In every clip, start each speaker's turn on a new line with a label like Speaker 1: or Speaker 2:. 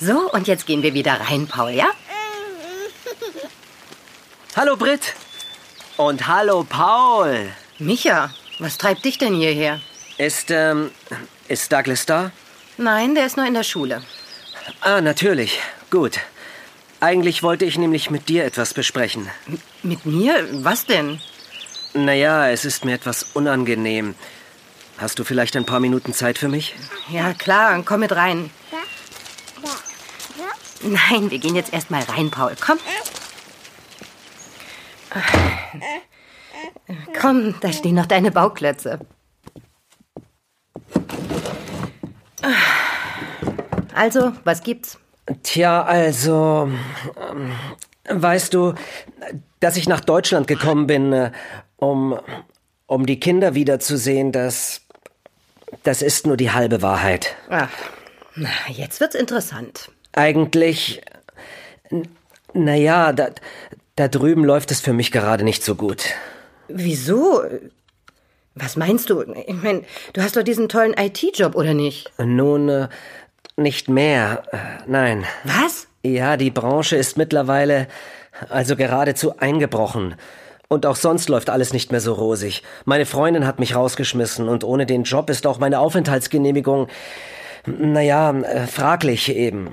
Speaker 1: So, und jetzt gehen wir wieder rein, Paul, ja?
Speaker 2: Hallo Brit und hallo Paul.
Speaker 1: Micha, was treibt dich denn hierher?
Speaker 2: Ist, ähm, ist Douglas da?
Speaker 1: Nein, der ist nur in der Schule.
Speaker 2: Ah, natürlich. Gut. Eigentlich wollte ich nämlich mit dir etwas besprechen.
Speaker 1: Mit mir? Was denn?
Speaker 2: Naja, es ist mir etwas unangenehm. Hast du vielleicht ein paar Minuten Zeit für mich?
Speaker 1: Ja, klar, komm mit rein. Nein, wir gehen jetzt erst mal rein, Paul. Komm. Komm, da stehen noch deine Bauklötze. Also, was gibt's?
Speaker 2: Tja, also, ähm, weißt du, dass ich nach Deutschland gekommen bin, äh, um, um die Kinder wiederzusehen, das, das ist nur die halbe Wahrheit.
Speaker 1: Ach, na, jetzt wird's interessant.
Speaker 2: Eigentlich, n- naja, da, da drüben läuft es für mich gerade nicht so gut.
Speaker 1: Wieso? Was meinst du? Ich meine, du hast doch diesen tollen IT-Job, oder nicht?
Speaker 2: Nun, äh, nicht mehr, äh, nein.
Speaker 1: Was?
Speaker 2: Ja, die Branche ist mittlerweile also geradezu eingebrochen. Und auch sonst läuft alles nicht mehr so rosig. Meine Freundin hat mich rausgeschmissen und ohne den Job ist auch meine Aufenthaltsgenehmigung, naja, äh, fraglich eben.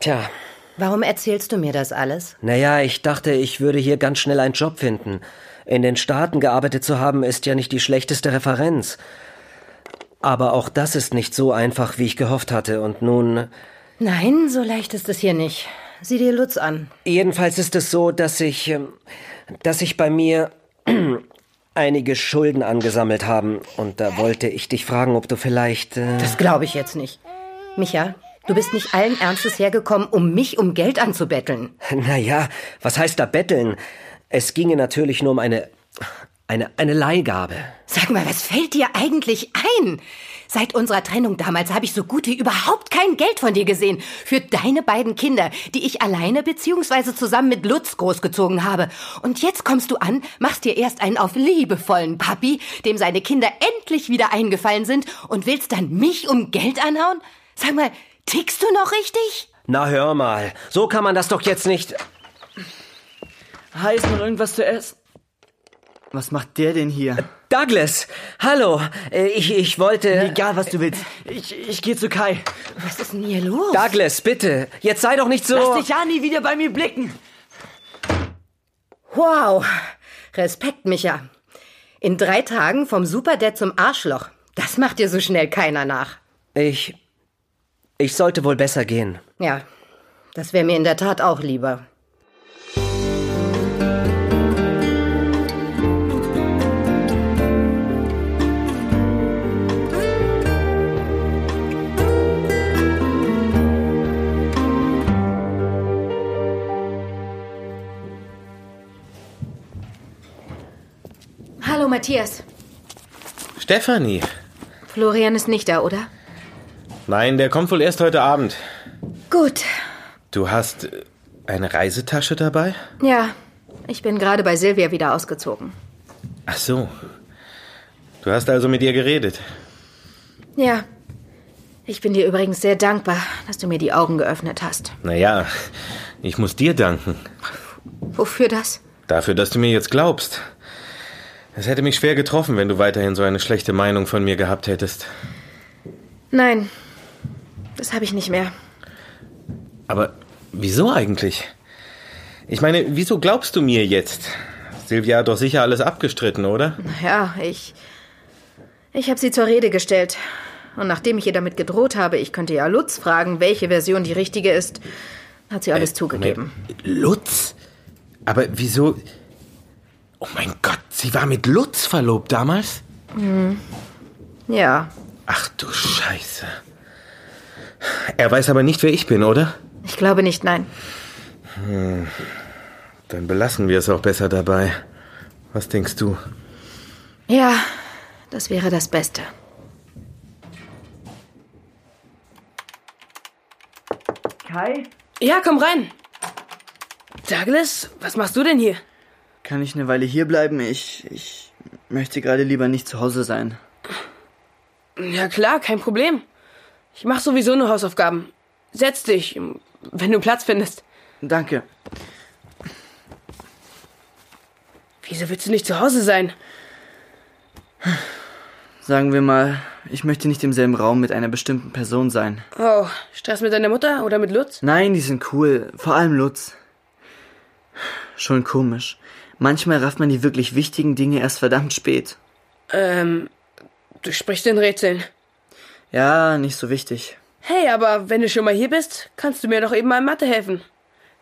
Speaker 2: Tja,
Speaker 1: Warum erzählst du mir das alles?
Speaker 2: naja, ich dachte, ich würde hier ganz schnell einen Job finden. In den Staaten gearbeitet zu haben, ist ja nicht die schlechteste Referenz. Aber auch das ist nicht so einfach, wie ich gehofft hatte. Und nun,
Speaker 1: Nein, so leicht ist es hier nicht. Sieh dir Lutz an.
Speaker 2: Jedenfalls ist es so, dass ich, ähm, dass ich bei mir einige Schulden angesammelt haben und da wollte ich dich fragen, ob du vielleicht äh,
Speaker 1: Das glaube ich jetzt nicht. Micha, du bist nicht allen Ernstes hergekommen, um mich um Geld anzubetteln.
Speaker 2: naja, was heißt da betteln? Es ginge natürlich nur um eine eine eine Leihgabe.
Speaker 1: Sag mal, was fällt dir eigentlich ein? Seit unserer Trennung damals habe ich so gut wie überhaupt kein Geld von dir gesehen. Für deine beiden Kinder, die ich alleine beziehungsweise zusammen mit Lutz großgezogen habe. Und jetzt kommst du an, machst dir erst einen auf liebevollen Papi, dem seine Kinder endlich wieder eingefallen sind und willst dann mich um Geld anhauen? Sag mal, tickst du noch richtig?
Speaker 2: Na hör mal, so kann man das doch jetzt nicht.
Speaker 3: Heiß noch irgendwas zu essen? Was macht der denn hier?
Speaker 2: Douglas, hallo, äh, ich ich wollte
Speaker 3: Egal, was du willst. Ich, ich gehe zu Kai.
Speaker 1: Was ist denn hier los?
Speaker 2: Douglas, bitte, jetzt sei doch nicht so.
Speaker 3: Lass dich ja nie wieder bei mir blicken.
Speaker 1: Wow, Respekt, Micha. In drei Tagen vom Superdad zum Arschloch. Das macht dir so schnell keiner nach.
Speaker 2: Ich ich sollte wohl besser gehen.
Speaker 1: Ja, das wäre mir in der Tat auch lieber.
Speaker 4: Hallo Matthias.
Speaker 5: Stefanie.
Speaker 4: Florian ist nicht da, oder?
Speaker 5: Nein, der kommt wohl erst heute Abend.
Speaker 4: Gut.
Speaker 5: Du hast äh, eine Reisetasche dabei?
Speaker 4: Ja, ich bin gerade bei Silvia wieder ausgezogen.
Speaker 5: Ach so. Du hast also mit ihr geredet.
Speaker 4: Ja. Ich bin dir übrigens sehr dankbar, dass du mir die Augen geöffnet hast.
Speaker 5: Naja, ich muss dir danken.
Speaker 4: Wofür das?
Speaker 5: Dafür, dass du mir jetzt glaubst. Es hätte mich schwer getroffen, wenn du weiterhin so eine schlechte Meinung von mir gehabt hättest.
Speaker 4: Nein, das habe ich nicht mehr.
Speaker 5: Aber wieso eigentlich? Ich meine, wieso glaubst du mir jetzt? Silvia hat doch sicher alles abgestritten, oder?
Speaker 4: Ja, ich. Ich habe sie zur Rede gestellt. Und nachdem ich ihr damit gedroht habe, ich könnte ja Lutz fragen, welche Version die richtige ist, hat sie
Speaker 5: Äh,
Speaker 4: alles zugegeben.
Speaker 5: Oh Lutz? Aber wieso? Oh mein Gott, sie war mit Lutz verlobt damals?
Speaker 4: Ja,
Speaker 5: Ach du Scheiße. Er weiß aber nicht, wer ich bin, oder?
Speaker 1: Ich glaube nicht, nein.
Speaker 5: Dann belassen wir es auch besser dabei. Was denkst du?
Speaker 1: Ja, das wäre das Beste.
Speaker 3: Kai?
Speaker 6: Ja, komm rein. Douglas, was machst du denn hier?
Speaker 3: Kann ich eine Weile hier bleiben? Ich, ich möchte gerade lieber nicht zu Hause sein.
Speaker 6: Ja klar, kein Problem. Ich mach sowieso nur Hausaufgaben. Setz dich, wenn du Platz findest.
Speaker 3: Danke.
Speaker 6: Wieso willst du nicht zu Hause sein?
Speaker 3: Sagen wir mal, ich möchte nicht im selben Raum mit einer bestimmten Person sein.
Speaker 6: Oh, Stress mit deiner Mutter oder mit Lutz?
Speaker 3: Nein, die sind cool. Vor allem Lutz. Schon komisch. Manchmal rafft man die wirklich wichtigen Dinge erst verdammt spät.
Speaker 6: Ähm, du sprichst in Rätseln.
Speaker 3: Ja, nicht so wichtig.
Speaker 6: Hey, aber wenn du schon mal hier bist, kannst du mir doch eben mal in Mathe helfen.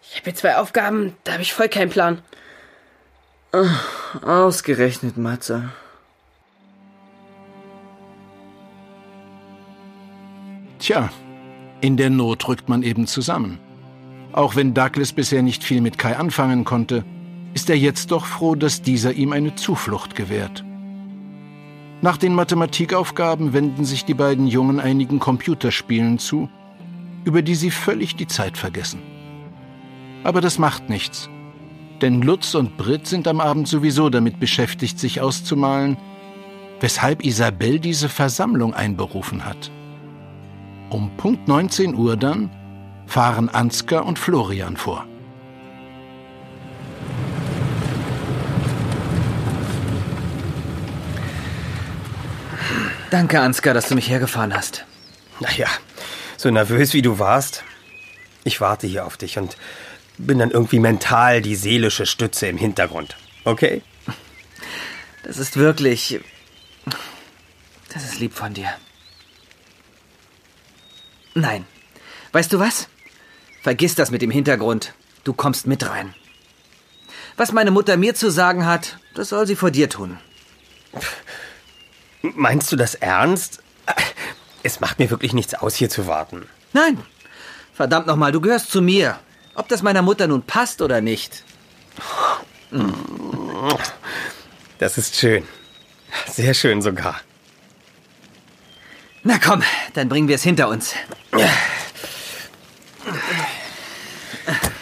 Speaker 6: Ich habe hier zwei Aufgaben, da habe ich voll keinen Plan.
Speaker 3: Ausgerechnet Matze.
Speaker 7: Tja, in der Not rückt man eben zusammen. Auch wenn Douglas bisher nicht viel mit Kai anfangen konnte, ist er jetzt doch froh, dass dieser ihm eine Zuflucht gewährt. Nach den Mathematikaufgaben wenden sich die beiden Jungen einigen Computerspielen zu, über die sie völlig die Zeit vergessen. Aber das macht nichts, denn Lutz und Britt sind am Abend sowieso damit beschäftigt, sich auszumalen, weshalb Isabel diese Versammlung einberufen hat. Um Punkt 19 Uhr dann fahren Ansgar und Florian vor.
Speaker 3: Danke, Ansgar, dass du mich hergefahren hast.
Speaker 2: Naja, so nervös wie du warst. Ich warte hier auf dich und bin dann irgendwie mental die seelische Stütze im Hintergrund. Okay?
Speaker 3: Das ist wirklich. Das ist lieb von dir. Nein. Weißt du was? Vergiss das mit dem Hintergrund. Du kommst mit rein. Was meine Mutter mir zu sagen hat, das soll sie vor dir tun.
Speaker 2: Meinst du das ernst? Es macht mir wirklich nichts aus, hier zu warten.
Speaker 3: Nein. Verdammt nochmal, du gehörst zu mir. Ob das meiner Mutter nun passt oder nicht.
Speaker 2: Das ist schön. Sehr schön sogar.
Speaker 3: Na komm, dann bringen wir es hinter uns.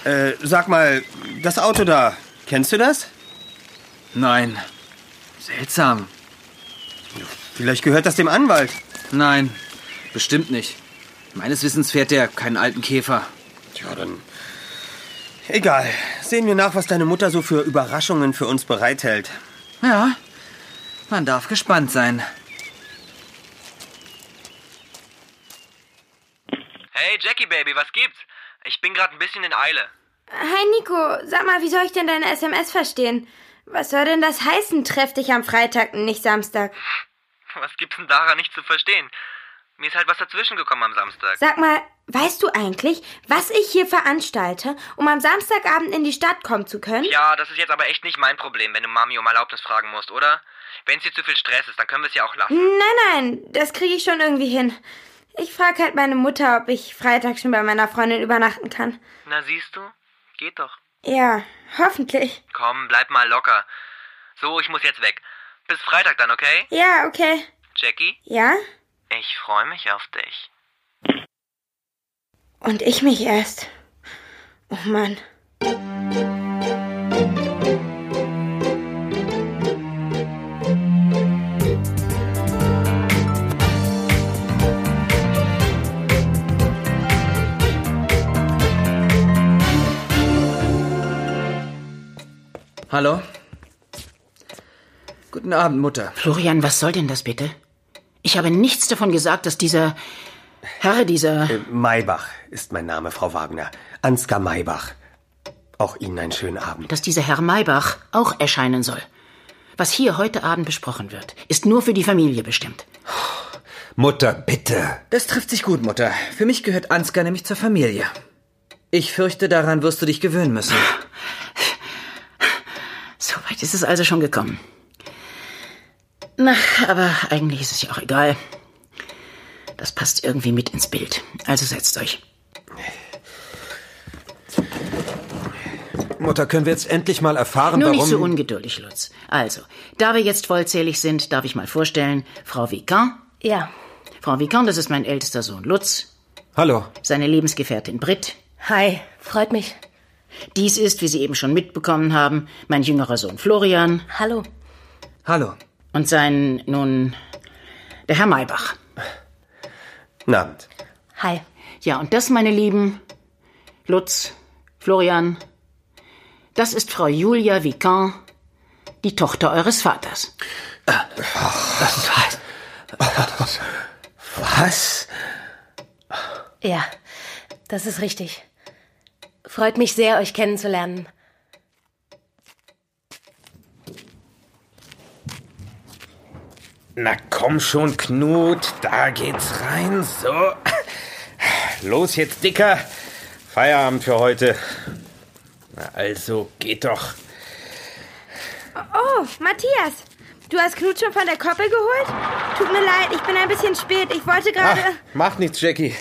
Speaker 2: Äh, Sag mal, das Auto da, kennst du das?
Speaker 3: Nein. Seltsam.
Speaker 2: Vielleicht gehört das dem Anwalt.
Speaker 3: Nein, bestimmt nicht. Meines Wissens fährt der keinen alten Käfer.
Speaker 2: Ja, dann. Egal. Sehen wir nach, was deine Mutter so für Überraschungen für uns bereithält.
Speaker 3: Ja, man darf gespannt sein.
Speaker 8: Hey Jackie Baby, was gibt's? Ich bin gerade ein bisschen in Eile.
Speaker 9: Hi Nico, sag mal, wie soll ich denn deine SMS verstehen? Was soll denn das heißen, treff dich am Freitag, nicht Samstag?
Speaker 8: Was gibt's denn daran nicht zu verstehen? Mir ist halt was dazwischen gekommen am Samstag.
Speaker 9: Sag mal, weißt du eigentlich, was ich hier veranstalte, um am Samstagabend in die Stadt kommen zu können?
Speaker 8: Ja, das ist jetzt aber echt nicht mein Problem, wenn du Mami um Erlaubnis fragen musst, oder? Wenn's dir zu viel Stress ist, dann können wir es ja auch
Speaker 3: Hm.
Speaker 8: lassen.
Speaker 9: Nein, nein, das kriege ich schon irgendwie hin. Ich frage halt meine Mutter, ob ich Freitag schon bei meiner Freundin übernachten kann.
Speaker 8: Na siehst du? Geht doch.
Speaker 9: Ja, hoffentlich.
Speaker 8: Komm, bleib mal locker. So, ich muss jetzt weg. Bis Freitag dann, okay?
Speaker 9: Ja, okay.
Speaker 8: Jackie,
Speaker 9: Ja?
Speaker 8: ich freue mich auf dich.
Speaker 9: Und ich mich erst. Oh Mann.
Speaker 3: Hallo? Guten Abend, Mutter.
Speaker 10: Florian, was soll denn das bitte? Ich habe nichts davon gesagt, dass dieser Herr, dieser.
Speaker 2: Maybach ist mein Name, Frau Wagner. Ansgar Maybach. Auch Ihnen einen schönen Abend.
Speaker 10: dass dieser Herr Maybach auch erscheinen soll. Was hier heute Abend besprochen wird, ist nur für die Familie bestimmt.
Speaker 2: Mutter, bitte.
Speaker 3: Das trifft sich gut, Mutter. Für mich gehört Ansgar nämlich zur Familie. Ich fürchte, daran wirst du dich gewöhnen müssen.
Speaker 10: So weit ist es also schon gekommen. Na, aber eigentlich ist es ja auch egal.
Speaker 3: Das passt irgendwie mit ins Bild. Also setzt euch.
Speaker 2: Mutter, können wir jetzt endlich mal erfahren,
Speaker 3: Nur
Speaker 2: warum...
Speaker 3: nicht so ungeduldig, Lutz. Also, da wir jetzt vollzählig sind, darf ich mal vorstellen, Frau Vicon. Ja. Frau Vicon, das ist mein ältester Sohn Lutz.
Speaker 2: Hallo.
Speaker 3: Seine Lebensgefährtin Britt. Hi, freut mich. Dies ist, wie Sie eben schon mitbekommen haben, mein jüngerer Sohn Florian. Hallo.
Speaker 11: Hallo.
Speaker 3: Und sein, nun, der Herr Maybach.
Speaker 12: Na, Abend.
Speaker 3: Hi. Ja, und das, meine Lieben, Lutz, Florian, das ist Frau Julia Vicon, die Tochter eures Vaters.
Speaker 2: Was?
Speaker 6: Ja, das ist richtig. Freut mich sehr, euch kennenzulernen.
Speaker 5: Na komm schon, Knut, da geht's rein, so. Los jetzt, Dicker. Feierabend für heute. Na also, geht doch.
Speaker 9: Oh, Matthias, du hast Knut schon von der Koppel geholt? Tut mir leid, ich bin ein bisschen spät. Ich wollte
Speaker 5: Ach,
Speaker 9: gerade...
Speaker 5: macht nichts, Jackie.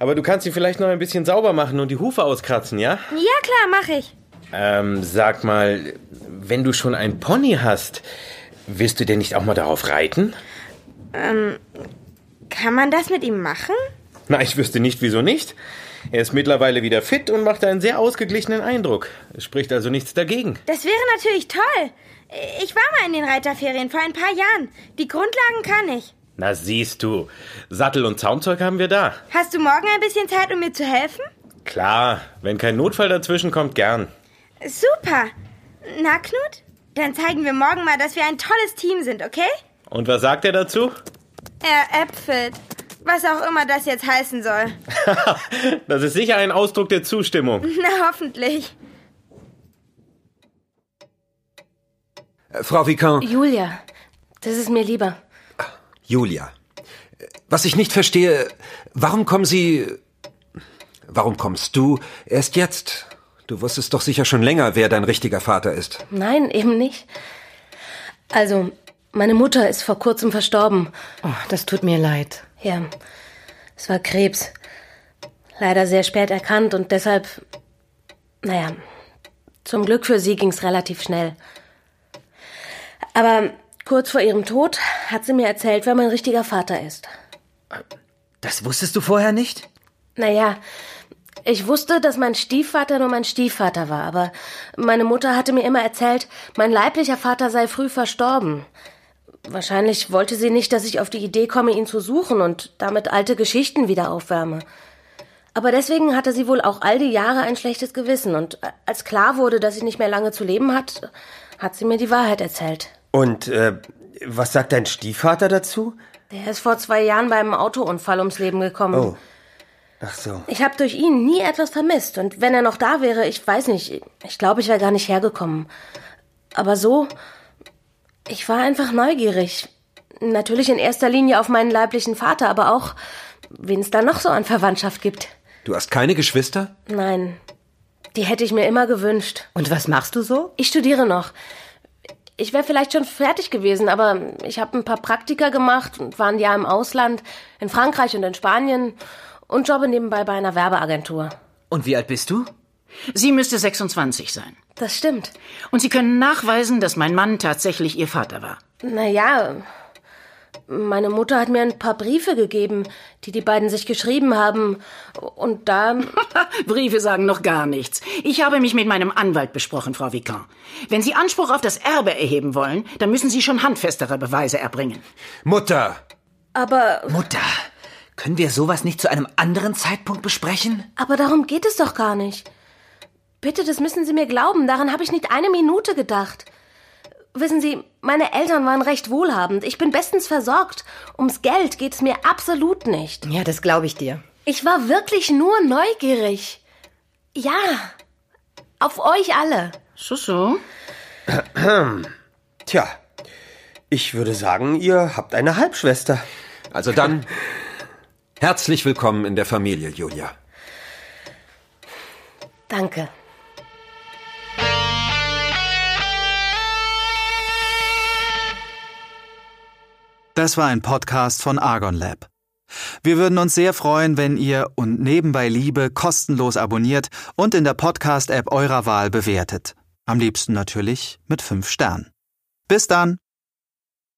Speaker 5: Aber du kannst sie vielleicht noch ein bisschen sauber machen und die Hufe auskratzen, ja?
Speaker 9: Ja, klar, mache ich.
Speaker 5: Ähm, sag mal, wenn du schon ein Pony hast, willst du denn nicht auch mal darauf reiten?
Speaker 9: Ähm, kann man das mit ihm machen?
Speaker 5: Na, ich wüsste nicht, wieso nicht. Er ist mittlerweile wieder fit und macht einen sehr ausgeglichenen Eindruck. Es spricht also nichts dagegen.
Speaker 9: Das wäre natürlich toll. Ich war mal in den Reiterferien vor ein paar Jahren. Die Grundlagen kann ich.
Speaker 5: Na, siehst du. Sattel und Zaumzeug haben wir da.
Speaker 9: Hast du morgen ein bisschen Zeit, um mir zu helfen?
Speaker 5: Klar, wenn kein Notfall dazwischen kommt, gern.
Speaker 9: Super. Na, Knut? Dann zeigen wir morgen mal, dass wir ein tolles Team sind, okay?
Speaker 5: Und was sagt er dazu?
Speaker 9: Er äpfelt. Was auch immer das jetzt heißen soll.
Speaker 5: Das ist sicher ein Ausdruck der Zustimmung.
Speaker 9: Na, hoffentlich.
Speaker 2: Äh, Frau Vicon,
Speaker 6: Julia, das ist mir lieber.
Speaker 2: Julia. Äh, Was ich nicht verstehe, warum kommen Sie... Warum kommst du erst jetzt? Du wusstest doch sicher schon länger, wer dein richtiger Vater ist.
Speaker 6: Nein, eben nicht. Also, meine Mutter ist vor kurzem verstorben. Oh, das tut mir leid. Ja, es war Krebs. Leider sehr spät erkannt und deshalb, naja, zum Glück für sie ging's relativ schnell. Aber kurz vor ihrem Tod hat sie mir erzählt, wer mein richtiger Vater ist.
Speaker 11: Das wusstest du vorher nicht?
Speaker 6: Naja, ich wusste, dass mein Stiefvater nur mein Stiefvater war, aber meine Mutter hatte mir immer erzählt, mein leiblicher Vater sei früh verstorben. Wahrscheinlich wollte sie nicht, dass ich auf die Idee komme, ihn zu suchen und damit alte Geschichten wieder aufwärme. Aber deswegen hatte sie wohl auch all die Jahre ein schlechtes Gewissen und äh, als klar wurde, dass sie nicht mehr lange zu leben hat, hat sie mir die Wahrheit erzählt.
Speaker 12: Und äh, was sagt dein Stiefvater dazu?
Speaker 6: Er ist vor zwei Jahren bei einem Autounfall ums Leben gekommen.
Speaker 12: Oh. Ach so.
Speaker 6: Ich habe durch ihn nie etwas vermisst. Und wenn er noch da wäre, ich weiß nicht, ich glaube, ich wäre gar nicht hergekommen. Aber so, ich war einfach neugierig. Natürlich in erster Linie auf meinen leiblichen Vater, aber auch, wen es da noch so an Verwandtschaft gibt.
Speaker 2: Du hast keine Geschwister?
Speaker 6: Nein, die hätte ich mir immer gewünscht.
Speaker 1: Und was machst du so?
Speaker 6: Ich studiere noch. Ich wäre vielleicht schon fertig gewesen, aber ich habe ein paar Praktika gemacht und war ein Jahr im Ausland, in Frankreich und in Spanien und jobbe nebenbei bei einer Werbeagentur.
Speaker 11: Und wie alt bist du?
Speaker 3: Sie müsste 26 sein.
Speaker 6: Das stimmt.
Speaker 3: Und Sie können nachweisen, dass mein Mann tatsächlich Ihr Vater war.
Speaker 6: Naja, meine Mutter hat mir ein paar Briefe gegeben, die die beiden sich geschrieben haben. Und da.
Speaker 3: Briefe sagen noch gar nichts. Ich habe mich mit meinem Anwalt besprochen, Frau Vicon. Wenn Sie Anspruch auf das Erbe erheben wollen, dann müssen Sie schon handfestere Beweise erbringen.
Speaker 2: Mutter!
Speaker 6: Aber.
Speaker 11: Mutter, können wir sowas nicht zu einem anderen Zeitpunkt besprechen?
Speaker 6: Aber darum geht es doch gar nicht. Bitte, das müssen Sie mir glauben. Daran habe ich nicht eine Minute gedacht. Wissen Sie, meine Eltern waren recht wohlhabend. Ich bin bestens versorgt. Ums Geld geht's mir absolut nicht.
Speaker 1: Ja, das glaube ich dir.
Speaker 6: Ich war wirklich nur neugierig. Ja. Auf euch alle.
Speaker 3: So, so.
Speaker 12: Tja, ich würde sagen, ihr habt eine Halbschwester.
Speaker 2: Also dann, herzlich willkommen in der Familie, Julia.
Speaker 6: Danke.
Speaker 13: Das war ein Podcast von Argon Lab. Wir würden uns sehr freuen, wenn ihr und nebenbei Liebe kostenlos abonniert und in der Podcast-App eurer Wahl bewertet. Am liebsten natürlich mit 5 Sternen. Bis dann!